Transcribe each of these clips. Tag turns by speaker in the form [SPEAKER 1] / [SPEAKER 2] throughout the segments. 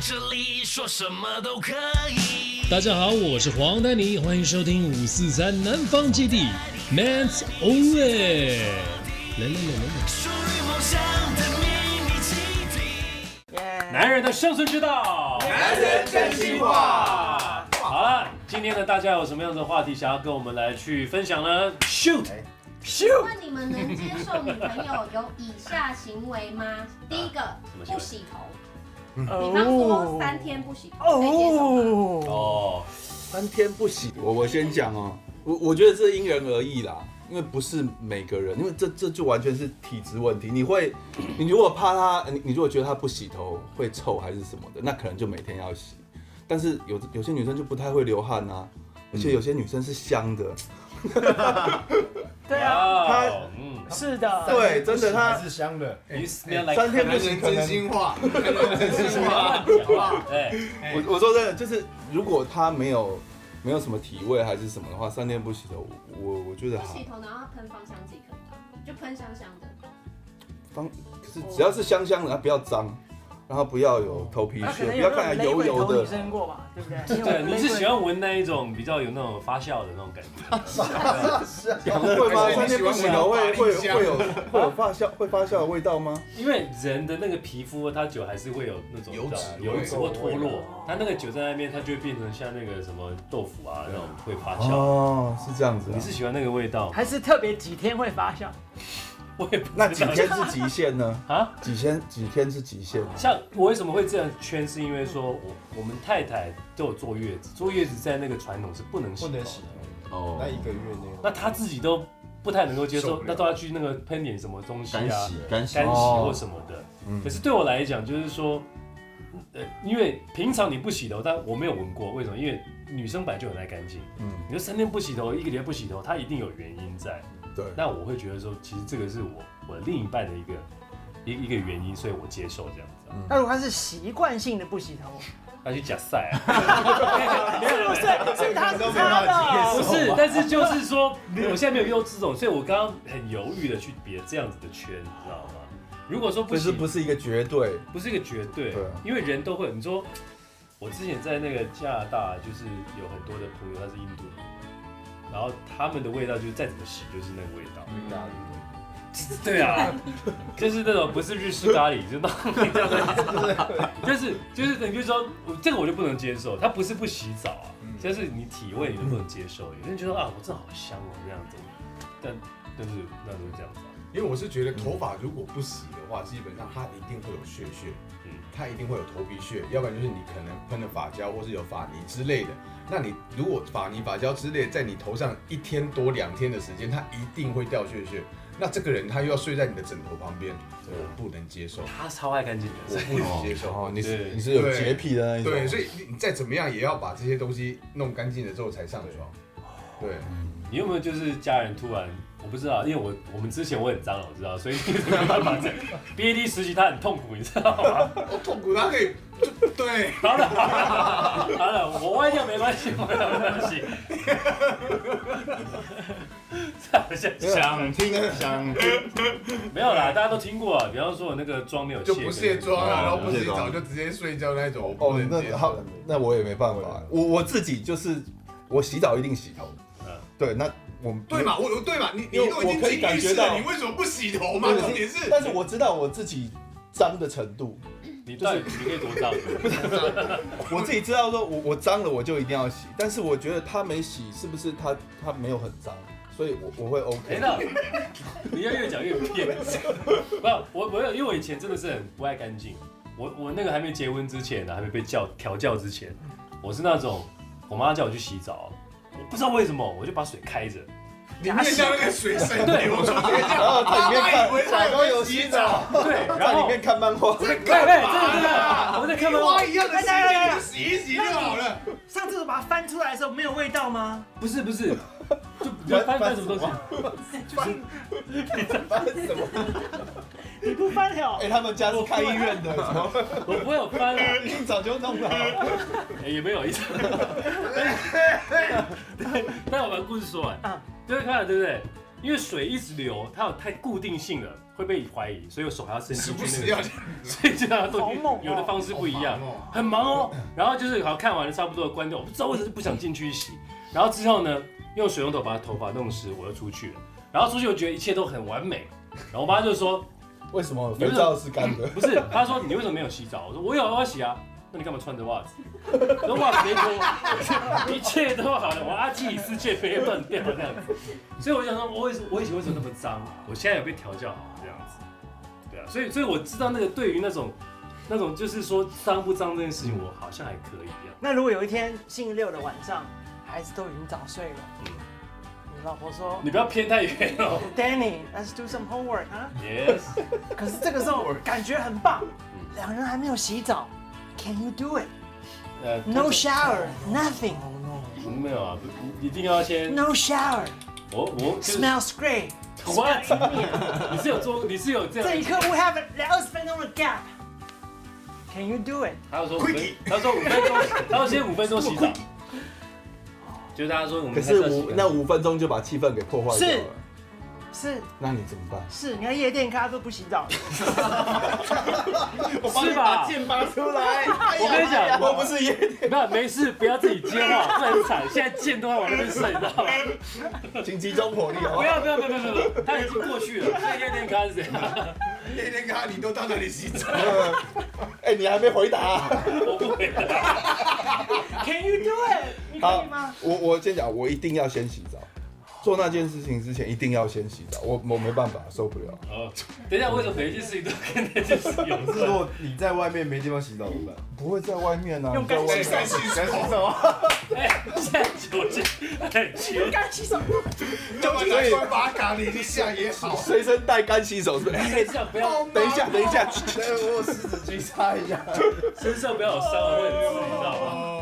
[SPEAKER 1] 这里说什么都可以。
[SPEAKER 2] 大家好，我是黄丹妮，欢迎收听五四三南方基地 Man's Only。来来来来
[SPEAKER 1] 属于梦想的秘密基地。
[SPEAKER 3] 男人的生存之道，男人真心话。好了，今天呢，大家有什么样的话题想要跟我们来去分享呢？Shoot，
[SPEAKER 4] 那你们能接受女朋友有以下行为
[SPEAKER 5] 啊
[SPEAKER 4] 吗？第一个
[SPEAKER 3] 什么，行为
[SPEAKER 4] 不洗头。比方说三天不洗 头，可以接受吗？
[SPEAKER 3] 哦，
[SPEAKER 6] 三天不洗，我我先讲哦，我我觉得这因人而异啦，因为不是每个人，因为这这就完全是体质问题。你会，你如果怕他，你你如果觉得他不洗头会臭还是什么的，那可能就每天要洗。但是有有些女生就不太会流汗啊，而且有些女生是香的，
[SPEAKER 7] 对啊，
[SPEAKER 3] 哇
[SPEAKER 6] 他
[SPEAKER 3] 哦，嗯，
[SPEAKER 7] 是的，
[SPEAKER 6] 对，真的她
[SPEAKER 8] 还是香的，哎
[SPEAKER 3] 你 smell like
[SPEAKER 6] 三天不
[SPEAKER 8] 男
[SPEAKER 6] 洗
[SPEAKER 8] 人
[SPEAKER 6] 可
[SPEAKER 8] 真
[SPEAKER 6] 能。
[SPEAKER 8] 心话，男人真心话，
[SPEAKER 3] 对，
[SPEAKER 6] 我我说真的，就是如果她没有没有什么体味还是什么的话，三天不洗头，我我觉得
[SPEAKER 4] 不
[SPEAKER 6] 还好
[SPEAKER 4] 洗。头，然后喷芳香剂可以吗？就喷香香的。
[SPEAKER 5] 哦
[SPEAKER 6] 方可是只要是香香的，它不要脏，然后不要有头皮
[SPEAKER 7] 那可
[SPEAKER 6] 屑，
[SPEAKER 7] 能
[SPEAKER 6] 不
[SPEAKER 7] 有
[SPEAKER 6] 要
[SPEAKER 7] 那
[SPEAKER 6] 看
[SPEAKER 7] 种
[SPEAKER 6] 起来
[SPEAKER 7] 雷
[SPEAKER 6] 油
[SPEAKER 7] 鬼
[SPEAKER 6] 油
[SPEAKER 7] 头女
[SPEAKER 6] 的。
[SPEAKER 7] 生过吧，对不对？
[SPEAKER 3] 对，你是喜
[SPEAKER 7] 欢
[SPEAKER 3] 欢闻那一种比较有那种发酵的那种感觉，
[SPEAKER 6] 会吗？三
[SPEAKER 8] 还是
[SPEAKER 6] 天
[SPEAKER 8] 你
[SPEAKER 6] 不洗
[SPEAKER 8] 喜欢
[SPEAKER 6] 头会
[SPEAKER 8] 闻
[SPEAKER 6] 会
[SPEAKER 8] 法令香
[SPEAKER 6] 会有会有发酵会发酵的味道吗？
[SPEAKER 3] 因为人的那个皮肤它久还是会有那种
[SPEAKER 8] 油
[SPEAKER 3] 你知道
[SPEAKER 8] 脂
[SPEAKER 3] 油脂或脱落
[SPEAKER 8] 味，
[SPEAKER 3] 它那个久在那边，它就会变成像那个什么豆腐啊那种会发酵。
[SPEAKER 6] 哦，是这样子、
[SPEAKER 3] 你
[SPEAKER 6] 啊。
[SPEAKER 3] 是喜欢那个味道？
[SPEAKER 7] 还是特别几天会发酵？
[SPEAKER 3] 我也不
[SPEAKER 6] 那
[SPEAKER 3] 知
[SPEAKER 6] 几
[SPEAKER 3] 道
[SPEAKER 6] 天是极限呢？
[SPEAKER 3] 啊。
[SPEAKER 6] 几天几天是极限？
[SPEAKER 3] 像我为什么会这样圈，是因为说我我们太太都有坐月子，坐月子在那个传统是不能洗
[SPEAKER 8] 不
[SPEAKER 3] 头的
[SPEAKER 8] 能洗，
[SPEAKER 6] 哦
[SPEAKER 8] 那一个月内，
[SPEAKER 3] 那她自己都不太能够接
[SPEAKER 8] 受
[SPEAKER 3] 受
[SPEAKER 8] 不，了
[SPEAKER 3] 那都要去那个喷点什么东西啊，
[SPEAKER 6] 干
[SPEAKER 3] 干洗或什么的。
[SPEAKER 6] 哦嗯
[SPEAKER 3] 可是对我来讲，就是说，呃，因为平常你不洗头，但我没有闻过，为什么？因为女生本来就很爱干净，
[SPEAKER 6] 嗯，
[SPEAKER 3] 你说三天不洗头，一个礼拜不洗头，它一定有原因在。
[SPEAKER 6] 对。
[SPEAKER 3] 那我会觉得说，其实这个是我我另一半的一个一一个原因，所以我接受这样子啊、
[SPEAKER 6] 嗯
[SPEAKER 7] 那如果他是习惯性的不洗头，
[SPEAKER 3] 要去假赛 啊。
[SPEAKER 7] 是不 是？是他是他
[SPEAKER 3] 不
[SPEAKER 7] 的，
[SPEAKER 6] 啊
[SPEAKER 3] 是，但是就是说，我现在没有遇到这种，所以我刚刚很犹豫的去别这样子的圈，你知道吗？如果说不
[SPEAKER 6] 这是
[SPEAKER 3] 行，
[SPEAKER 6] 不是一个绝对？
[SPEAKER 3] 不是一个绝对
[SPEAKER 6] 对啊，
[SPEAKER 3] 因为人都会。你说，我之前在那个加拿大，就是有很多的朋友他是印度人，然后他们的味道就是再怎么洗就是那个味 道。
[SPEAKER 8] 啊
[SPEAKER 3] 对啊，就是那种不是日式咖喱，就那种味 道，就是就是等于说，我这个我就不能接受。它不是不洗澡啊，就是你体味你都不能接受。有些人觉得啊，我真的好香哦这样子，但但是那就是这样子啊、
[SPEAKER 8] 因为我是觉得头发如果不洗的话，基本上它一定会有屑屑，
[SPEAKER 3] 嗯
[SPEAKER 8] 它一定会有头皮屑，要不然就是你可能喷了发胶或是有发泥之类的。那你如果发泥、发胶之类在你头上一天多两天的时间，它一定会掉屑屑。那这个人他又要睡在你的枕头旁边，我不能接受，
[SPEAKER 3] 他超爱干净
[SPEAKER 8] 我
[SPEAKER 3] 的，
[SPEAKER 8] 不能接受。
[SPEAKER 6] 哦，你是
[SPEAKER 3] 对
[SPEAKER 6] 你是有洁癖的那一种。
[SPEAKER 8] 对，所以你再怎么样也要把这些东西弄干净了之后才上床。对，
[SPEAKER 3] 你有没有就是家人突然？我不知道，因为我我们之前我很脏了，我知道，所以 你没有办法这 BAD 实习，他很痛苦，你知道吗？
[SPEAKER 8] 我痛苦，他可以，就对，
[SPEAKER 3] 好 了好了好了，我歪掉没关系，我歪掉没关系。 好像
[SPEAKER 8] 想听想听，
[SPEAKER 3] 没有啦，大家都听过啊。比方说我那个妆没有卸
[SPEAKER 8] 就
[SPEAKER 3] 跟，
[SPEAKER 8] 不卸妆啊，
[SPEAKER 6] 哦
[SPEAKER 8] 然后不洗澡就直接睡觉那一种，我不
[SPEAKER 6] 哦，
[SPEAKER 8] 能接受
[SPEAKER 6] 那好。，那我也没办法。我我自己就是，我洗澡一定洗头。
[SPEAKER 3] 嗯
[SPEAKER 6] 对，那我
[SPEAKER 8] 对嘛，我对嘛，你你
[SPEAKER 6] 因为
[SPEAKER 8] 都已经
[SPEAKER 6] 我可以
[SPEAKER 8] 进浴室
[SPEAKER 6] 感觉到
[SPEAKER 8] 了，你为什么不洗头嘛？
[SPEAKER 6] 对
[SPEAKER 8] 重点是，
[SPEAKER 6] 但是我知道我自己脏的程度，
[SPEAKER 3] 你到底你可以多脏？啊
[SPEAKER 6] 我自己知道说我我脏了我就一定要洗，但是我觉得他没洗是不是他他没有很脏，所以我我会
[SPEAKER 3] 哎
[SPEAKER 6] OK。
[SPEAKER 3] 那你要越讲越偏。不，我我有，因为我以前真的是很不爱干净。我我那个还没结婚之前呢、还没被叫调教之前，我是那种我妈叫我去洗澡，我不知道为什么我就把水开着，
[SPEAKER 8] 里面像那个水神流出去，
[SPEAKER 6] 然后在里面
[SPEAKER 8] 他
[SPEAKER 6] 看
[SPEAKER 8] 以为他
[SPEAKER 6] 假装有
[SPEAKER 8] 有洗
[SPEAKER 6] 洗
[SPEAKER 8] 澡
[SPEAKER 6] 澡，，
[SPEAKER 3] 对，然
[SPEAKER 6] 在里
[SPEAKER 3] 后
[SPEAKER 6] 面看漫画。
[SPEAKER 8] 这
[SPEAKER 3] 对对，
[SPEAKER 8] 干
[SPEAKER 3] 真的真的，我在看漫画
[SPEAKER 8] 花。一样的时间就洗一洗就好了。
[SPEAKER 7] 上厕所把它翻出来的时候没有味道吗？
[SPEAKER 3] 不是不是，就不要翻翻什么东西，
[SPEAKER 6] 翻什么？
[SPEAKER 7] 你不翻哦了
[SPEAKER 6] 哎、，他们家是开医院的，怎么
[SPEAKER 3] 我不会有翻啊，
[SPEAKER 6] 一早就弄了？
[SPEAKER 3] 哎也没有意思。但我把故事说完
[SPEAKER 7] 嗯，
[SPEAKER 3] 啊就会看到对不对？因为水一直流，它有太固定性了，会被怀疑，所以我手还要伸
[SPEAKER 8] 时
[SPEAKER 3] 进
[SPEAKER 8] 不
[SPEAKER 3] 去
[SPEAKER 8] 时
[SPEAKER 3] 那
[SPEAKER 8] 要
[SPEAKER 3] 个，所以就让它动
[SPEAKER 7] 好猛哦
[SPEAKER 3] 有的方式不一
[SPEAKER 8] 好
[SPEAKER 3] 样
[SPEAKER 8] 忙哦，
[SPEAKER 3] 很忙哦。然后就是好看完了差不多的关掉，我不知道为什么不想进去洗。然后之后呢，用水龙头把头发弄湿，我又出去了。然后出去我觉得一切都很完美，然后我妈就说
[SPEAKER 6] 为什么肥皂是干 的？
[SPEAKER 3] 不是，她说你为什么没有洗澡？我说我有啊，我要洗啊。那你干嘛穿着袜子？那袜子没脱，一切都好了，我阿基里斯腱被断掉这样子。所以我想说，我为什我以前为什么那么脏？啊我现在有被调教好这样子。对啊，所以所以我知道那个对于那种那种就是说脏不脏这件事情，我好像还可以啊一样。
[SPEAKER 7] 那如果有一天星期六的晚上，孩子都已经早睡了，你老婆说
[SPEAKER 3] 你不要偏太远哦。
[SPEAKER 7] ，Danny，let's do some homework 啊。
[SPEAKER 3] Yes，
[SPEAKER 7] 可是这个时候感觉很棒，两人还没有洗澡，Can you do it？
[SPEAKER 3] 呃
[SPEAKER 7] No shower, nothing.
[SPEAKER 3] 没有啊，不一定要先
[SPEAKER 7] No shower,
[SPEAKER 3] 我我就是
[SPEAKER 7] smells great.
[SPEAKER 3] what？你 是有做你是有这样
[SPEAKER 7] 这一刻 we have a 二十分钟的 gap. Can you do it?
[SPEAKER 3] 他说五分，他说五分钟，他说先五分钟洗澡，就是他说我们
[SPEAKER 6] 可
[SPEAKER 3] 还要
[SPEAKER 6] 是
[SPEAKER 3] 洗
[SPEAKER 6] 五那五分钟就把气氛给破坏掉
[SPEAKER 7] 是
[SPEAKER 6] 了，
[SPEAKER 7] 是
[SPEAKER 6] 那你怎么办？
[SPEAKER 7] 是，你看夜店咖都不洗 澡，
[SPEAKER 3] 是吧？
[SPEAKER 6] 拔出来！
[SPEAKER 3] 我跟你讲，
[SPEAKER 6] 我不是夜店
[SPEAKER 3] 那没事，不要自己接话，这很惨。现在箭都在往那边射，你知道吗？
[SPEAKER 6] 请集中火力哦好
[SPEAKER 3] 不
[SPEAKER 6] 不好？
[SPEAKER 3] 要不要不要不要不要，他已经过去了。这夜店咖是谁？
[SPEAKER 8] 那天咖喱都到那里洗澡，
[SPEAKER 6] 哎，你还没回答啊、
[SPEAKER 3] 我不回答。
[SPEAKER 7] Can you do it？你可
[SPEAKER 6] 好
[SPEAKER 7] 以吗？，
[SPEAKER 6] 啊我我先讲，我一定要先洗澡。做那件事情之前，一定要先洗澡。我我没办法，受不了。
[SPEAKER 3] 哦，等一下，为什么每一件事情都跟那件事有
[SPEAKER 5] 可是如
[SPEAKER 3] 关？
[SPEAKER 5] 果你在外面没地方洗澡怎么办？
[SPEAKER 6] 不会在外面啊，
[SPEAKER 7] 用
[SPEAKER 6] 你在
[SPEAKER 7] 干洗
[SPEAKER 6] 外
[SPEAKER 7] 手
[SPEAKER 6] 面，
[SPEAKER 5] 洗澡啊！
[SPEAKER 3] 哎，现在酒精很缺，
[SPEAKER 7] 干洗 手，
[SPEAKER 8] 要不然穿把咖喱一下也好。
[SPEAKER 6] 随身带干洗手是不是？哎
[SPEAKER 3] 身上不要
[SPEAKER 6] 等一下，等一下，
[SPEAKER 5] 我有湿纸巾擦一下。
[SPEAKER 3] 身上不要有伤痕，你知道吗？
[SPEAKER 8] 哦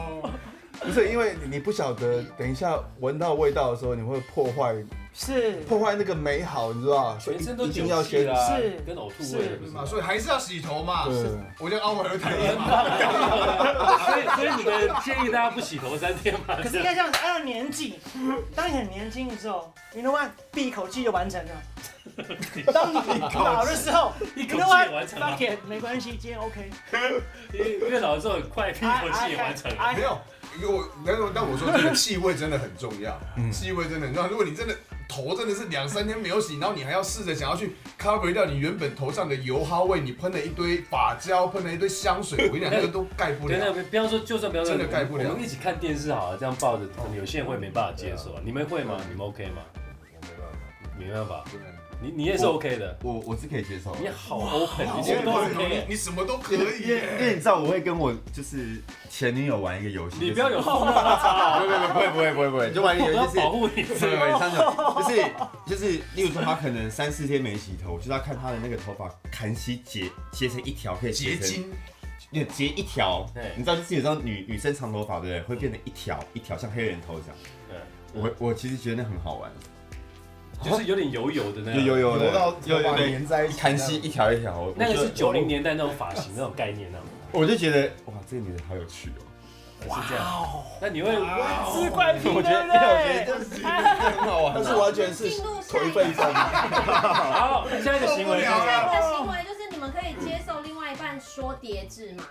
[SPEAKER 6] 不是因为你你不晓得，等一下闻到味道的时候，你会破坏
[SPEAKER 7] 是
[SPEAKER 6] 破坏那个美好，你知道吧？所以
[SPEAKER 3] 全身都
[SPEAKER 6] 一
[SPEAKER 3] 酒
[SPEAKER 6] 定要
[SPEAKER 3] 气
[SPEAKER 6] 先
[SPEAKER 3] 啦，
[SPEAKER 7] 是
[SPEAKER 3] 跟呕吐味不是吗？
[SPEAKER 8] 所以还是要洗头嘛。
[SPEAKER 6] 对
[SPEAKER 8] 我就凹我而谈一
[SPEAKER 3] 很棒啊！ 所以所以你们建议大家不洗头三天吗？
[SPEAKER 7] 可是应该这样子，按照年纪， 当你很年轻的时候，you know what，闭一口气就完成 了。当你老的时候
[SPEAKER 3] 一
[SPEAKER 7] ，you
[SPEAKER 3] 口
[SPEAKER 7] know
[SPEAKER 3] 气也完成
[SPEAKER 7] what，fuck
[SPEAKER 3] 了，
[SPEAKER 7] it，没关系，今天 OK。
[SPEAKER 3] 因为因为老的时候很
[SPEAKER 7] 啊
[SPEAKER 3] 快，一口气也完成了。
[SPEAKER 8] 没有，我那我但我说这个气味真的很重要， 气味真的很重要。如果你真的头真的是两三天没有洗，然后你还要试着想要去 cover 掉你原本头上的油耗味，你喷了一堆发胶，喷了一堆香水，我跟你讲，那个都盖
[SPEAKER 7] 啊
[SPEAKER 8] 不
[SPEAKER 3] 对，
[SPEAKER 8] 了。
[SPEAKER 3] 那不要说，就算不要说，
[SPEAKER 8] 真的盖不了
[SPEAKER 3] 我们一起看电视好了，这样抱着，可能有些人会没办法接受。啊你们会吗？你们 OK 吗？没办法，你你也是 OK 的，
[SPEAKER 5] 我我是可以接受的，
[SPEAKER 3] 你好 open，你
[SPEAKER 8] 你
[SPEAKER 3] 什
[SPEAKER 8] 什
[SPEAKER 3] 么
[SPEAKER 8] 么
[SPEAKER 3] 都
[SPEAKER 8] 都你。你什么都
[SPEAKER 3] OK
[SPEAKER 8] 可以
[SPEAKER 5] 因为
[SPEAKER 8] 耶。
[SPEAKER 5] 你知道我会跟我就是前女友玩一个游戏，
[SPEAKER 3] 你不要有
[SPEAKER 5] 就是
[SPEAKER 3] 后面摩擦，
[SPEAKER 5] 不会不会不会不会不会，就玩一 个
[SPEAKER 3] 啊我要
[SPEAKER 5] 游戏
[SPEAKER 3] 保
[SPEAKER 5] 是。
[SPEAKER 3] 护你自
[SPEAKER 5] 对
[SPEAKER 3] 己。
[SPEAKER 5] 对，三种就是就是，例如说他可能三四天没洗头，我就要看他的那个头发砍起结结成一条，可以
[SPEAKER 8] 结
[SPEAKER 5] 结成
[SPEAKER 8] 晶，
[SPEAKER 5] 那个结一条
[SPEAKER 3] 对，
[SPEAKER 5] 你知道就是有时候女女生长头发对不对，会变成一条一条像黑人头这样。
[SPEAKER 3] 对
[SPEAKER 5] 我我其实觉得那很好玩，
[SPEAKER 3] 就是有点油油的那
[SPEAKER 5] 有有
[SPEAKER 3] 样。
[SPEAKER 5] 有有有到有有对，在一起，砍西一条一条，我
[SPEAKER 3] 那个是
[SPEAKER 5] 就
[SPEAKER 3] 九零年代那种发型那种概念那种，
[SPEAKER 5] 我就觉得哇，这个女的好有趣哦。
[SPEAKER 3] 是这样。那你会
[SPEAKER 7] 吃怪品，对不
[SPEAKER 5] 我觉得我觉得
[SPEAKER 7] 对？
[SPEAKER 5] 这是哦很好玩
[SPEAKER 6] 但是完全是
[SPEAKER 4] 进入下
[SPEAKER 6] 颓
[SPEAKER 4] 一
[SPEAKER 6] 废
[SPEAKER 4] 个。
[SPEAKER 6] 症。
[SPEAKER 3] 好，下一个行为是
[SPEAKER 8] 受不了了
[SPEAKER 4] 下一个行为就是你们可以接受另外一半说叠字吗？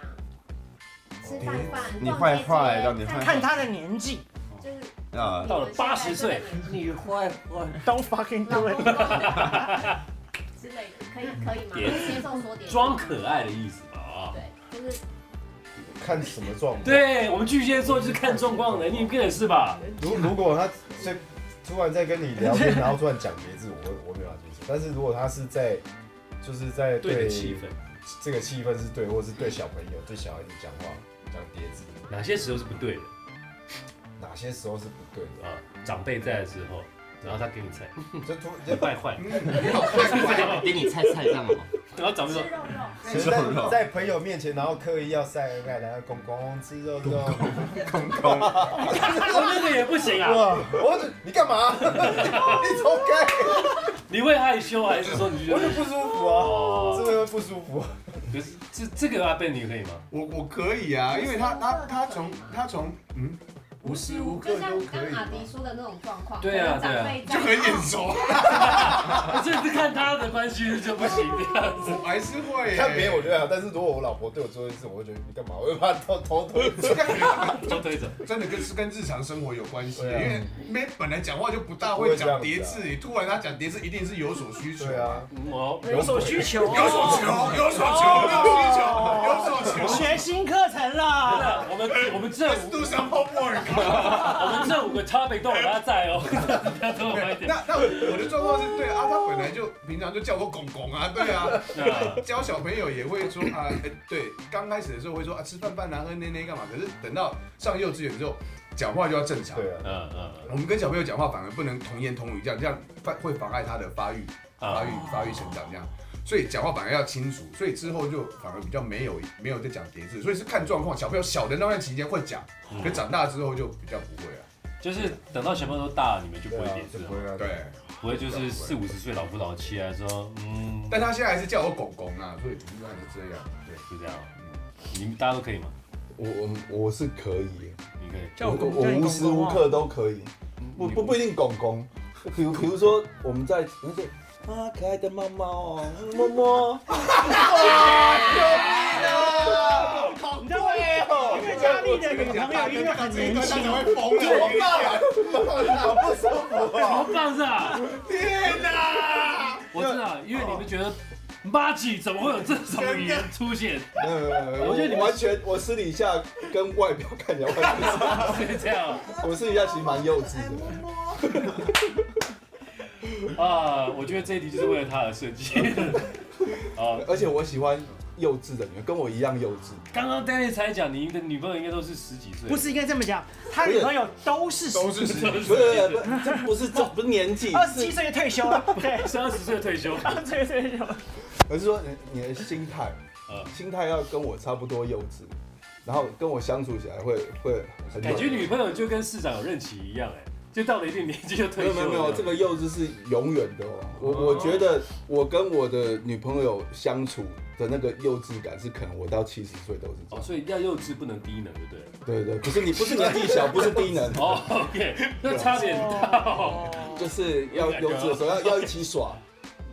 [SPEAKER 4] 吃饭饭，
[SPEAKER 5] 你
[SPEAKER 4] 逛
[SPEAKER 5] 坏
[SPEAKER 4] 街街
[SPEAKER 5] 坏让你坏
[SPEAKER 7] 看他的年纪
[SPEAKER 4] 就是
[SPEAKER 5] 啊！
[SPEAKER 3] 到了80岁
[SPEAKER 7] 你坏坏，Don't fucking
[SPEAKER 4] 老
[SPEAKER 7] do
[SPEAKER 4] 公
[SPEAKER 7] it。
[SPEAKER 4] 之类的，可以 可以吗？
[SPEAKER 3] 叠
[SPEAKER 4] 接受说叠字
[SPEAKER 3] 装可爱的意思吧？啊。
[SPEAKER 4] 对，就是
[SPEAKER 5] 看什么状况？
[SPEAKER 3] 对我们巨蟹座就是看状况的，你们也是吧？
[SPEAKER 5] 如如果他在突然在跟你聊 天，然后突然讲别字，我我没有办法接受。但是如果他是在就是在
[SPEAKER 3] 对的气氛，
[SPEAKER 5] 这个气氛是对，或是对小朋友、对小孩子讲话讲叠字，
[SPEAKER 3] 哪些时候是不对的
[SPEAKER 5] 哪些时候是不对的？
[SPEAKER 3] 啊？长辈在的时候，然后他给你菜，
[SPEAKER 5] 就突
[SPEAKER 3] 你败坏，
[SPEAKER 9] 给你菜菜这样哦。
[SPEAKER 3] 然后长辈
[SPEAKER 4] 吃
[SPEAKER 3] 说
[SPEAKER 4] 肉肉。
[SPEAKER 5] 在在朋友面前，然后刻意要晒恩爱，然后公公吃肉肉，
[SPEAKER 3] 哦那个也不行啊，
[SPEAKER 5] 哇！我只你干嘛？ 你走开！
[SPEAKER 3] 你会害羞还是说你觉
[SPEAKER 5] 我就
[SPEAKER 3] 得？
[SPEAKER 5] 不舒服啊，
[SPEAKER 3] 哦
[SPEAKER 5] 是不是会不舒服？啊
[SPEAKER 3] 可是这这个阿贝你可以吗？
[SPEAKER 8] 我我可以啊，因为他他他从他从嗯，
[SPEAKER 5] 无时无刻
[SPEAKER 4] 就像
[SPEAKER 5] 都
[SPEAKER 4] 刚
[SPEAKER 5] 可以
[SPEAKER 4] 阿
[SPEAKER 5] 嘛。
[SPEAKER 4] 迪说的那种状况，
[SPEAKER 3] 对啊
[SPEAKER 4] 可能长辈在
[SPEAKER 8] 就很眼熟，
[SPEAKER 3] 这是看他的关系就不行这样子。
[SPEAKER 8] 我还是会耶
[SPEAKER 5] 看别人我觉得还好，但是如果我老婆对我做一次，我会觉得你干嘛？我会把她头头推走。
[SPEAKER 3] 就推着，
[SPEAKER 8] 真的跟是跟日常生活有关系，因
[SPEAKER 5] 对啊
[SPEAKER 8] 为没本来讲话就不大会讲叠字，你突然他讲叠字，一定是有所需求
[SPEAKER 5] 对，啊，哦
[SPEAKER 3] 嗯哦，
[SPEAKER 7] 有所需求，
[SPEAKER 8] 有所求，有所求，有所求，有所求。
[SPEAKER 7] 学新课程了。
[SPEAKER 3] 我们我们这五
[SPEAKER 8] Let's do some homework。
[SPEAKER 3] 我们这五个 topic 都有他在哦，大家都有一点。
[SPEAKER 8] 那那我的状况是对啊，他本来就平常就叫我公公啊，对啊，
[SPEAKER 3] 那
[SPEAKER 8] 教小朋友也会说啊，呃对，刚开始的时候会说啊吃饭饭啊，嗯，那那干嘛？可是等到上幼稚园之后，讲话就要正常。
[SPEAKER 5] 对啊，
[SPEAKER 3] 嗯嗯
[SPEAKER 8] 我们跟小朋友讲话反而不能童言童语，这样这样反会妨碍他的发育、
[SPEAKER 3] 啊
[SPEAKER 8] 发育、发育成长这样。所以讲话反而要清楚，所以之后就反而比较没有没有在讲叠字，所以是看状况。小朋友小的那段期间会讲，
[SPEAKER 3] 嗯
[SPEAKER 8] 可长大之后就比较不会啊了。
[SPEAKER 3] 就是等到小朋友都大了，你们就不
[SPEAKER 5] 对
[SPEAKER 3] 会
[SPEAKER 5] 啊
[SPEAKER 3] 点，
[SPEAKER 5] 就
[SPEAKER 3] 字
[SPEAKER 5] 不
[SPEAKER 3] 了，
[SPEAKER 5] 会啊。
[SPEAKER 8] 对，
[SPEAKER 3] 不会就是四五十岁老夫老妻来说，嗯，
[SPEAKER 8] 但他现在还是叫我狗狗啊，所以平常还是这样。对，
[SPEAKER 3] 就这样，你们大家都可以吗？
[SPEAKER 6] 我我我是可以耶，
[SPEAKER 3] 你可以，
[SPEAKER 7] 叫
[SPEAKER 6] 我
[SPEAKER 7] 我
[SPEAKER 6] 我无时无刻都可以，不不不一定拱拱，比如比如说我们在那些啊可爱的猫猫哦，摸摸，
[SPEAKER 7] 你知道吗？因为家里的女朋友因为很
[SPEAKER 8] 这一
[SPEAKER 7] 年
[SPEAKER 8] 段大
[SPEAKER 7] 轻
[SPEAKER 8] 家，会疯了。
[SPEAKER 3] 好棒啊！
[SPEAKER 8] 天哪！
[SPEAKER 3] 我知道，因为你们觉得。妈吉怎么会有这种语言出现？
[SPEAKER 6] 没有没有没有，
[SPEAKER 3] 我觉得你们
[SPEAKER 6] 完全我私底下跟外表看起来完全是，
[SPEAKER 3] 是这样
[SPEAKER 6] 我私底下其实蛮幼稚的，
[SPEAKER 3] 啊！我觉得这一题就是为了他而设计。啊，
[SPEAKER 6] 而且我喜欢幼稚的女人，跟我一样幼稚。
[SPEAKER 3] 刚刚 Danny 才讲，你的女朋友应该都是十几岁，
[SPEAKER 7] 不是应该这么讲，他女朋友都是
[SPEAKER 8] 都是十
[SPEAKER 6] 不是不是，这不是这不是年纪，
[SPEAKER 3] 啊
[SPEAKER 7] 二十
[SPEAKER 6] 是
[SPEAKER 7] 七岁就退休了，对，
[SPEAKER 3] 是二十岁退休。
[SPEAKER 7] 二十七岁退休了。
[SPEAKER 6] 而是说你你的心态
[SPEAKER 3] 嗯，
[SPEAKER 6] 心态要跟我差不多幼稚，然后跟我相处起来会会很
[SPEAKER 3] 感觉
[SPEAKER 6] 暖
[SPEAKER 3] 女朋友就跟市长有任期一样，哎，就到了一定年纪就
[SPEAKER 6] 没
[SPEAKER 3] 退
[SPEAKER 6] 有
[SPEAKER 3] 休了。
[SPEAKER 6] 没有没有，这个幼稚是永远的哦。我我觉得我跟我的女朋友相处的那个幼稚感是可能我到七十岁都是这
[SPEAKER 3] 哦，
[SPEAKER 6] 样。
[SPEAKER 3] 所以要幼稚不能低能，对不对了？
[SPEAKER 6] 对对，不是你不是年纪小，不是低能，
[SPEAKER 3] 哦，OK，那差点大 哦。
[SPEAKER 6] 就是要幼稚的时候要要一 起耍，
[SPEAKER 3] 哦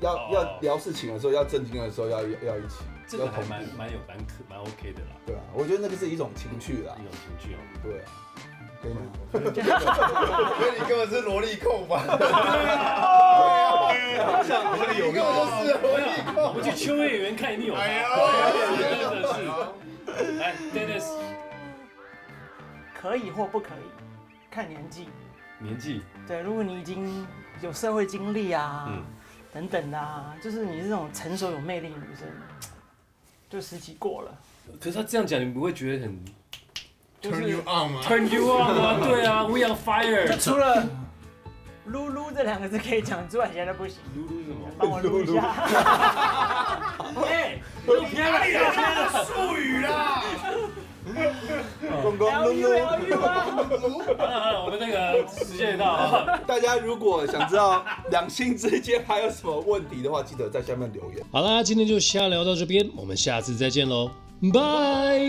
[SPEAKER 6] 要要聊事情的时候要正经的时候要要一
[SPEAKER 3] 这
[SPEAKER 6] 起，要
[SPEAKER 3] 个
[SPEAKER 6] 同
[SPEAKER 3] 还
[SPEAKER 6] 步。
[SPEAKER 3] 蛮蛮有蛮可蛮 OK 的啦，
[SPEAKER 6] 对啊，我觉得那个是一种情趣啦
[SPEAKER 3] 一。种情趣哦。
[SPEAKER 6] 对啊，可以吗？
[SPEAKER 5] 我觉得你根本是萝莉控吧？
[SPEAKER 8] 像啊我的有
[SPEAKER 5] 你根本就是萝莉控。
[SPEAKER 3] 我们去秋叶原看一定有吧。
[SPEAKER 8] 哎呦
[SPEAKER 3] 真的是。来，Dennis，
[SPEAKER 7] 可以或不可以，看年纪。
[SPEAKER 3] 年纪，
[SPEAKER 7] 对，如果你已经有社会经历啊，
[SPEAKER 3] 嗯
[SPEAKER 7] 等等的啊，就是你这种成熟有魅力的女生，就十几过了，
[SPEAKER 3] 可是他这样讲，你不会觉得很
[SPEAKER 7] 就
[SPEAKER 8] turn
[SPEAKER 7] 是
[SPEAKER 8] you on 吗？
[SPEAKER 3] turn you on 吗？对啊，We are
[SPEAKER 7] 就
[SPEAKER 3] fire。
[SPEAKER 7] 除了“撸撸”这两个字可以讲之外，其他都不行。
[SPEAKER 3] 噜噜是什么？
[SPEAKER 7] 帮我 撸一下，
[SPEAKER 3] 哎，露偏了，露偏了。
[SPEAKER 8] 术语啦，
[SPEAKER 3] 嗯
[SPEAKER 6] 公公
[SPEAKER 7] L
[SPEAKER 6] 噜
[SPEAKER 7] U L U
[SPEAKER 6] 噜，
[SPEAKER 7] 啊，
[SPEAKER 3] 啊我们那个时间也到了。
[SPEAKER 6] 大家如果想知道两性之间还有什么问题的话，记得在下面留言。
[SPEAKER 2] 好啦，今天就瞎聊到这边，我们下次再见喽，拜。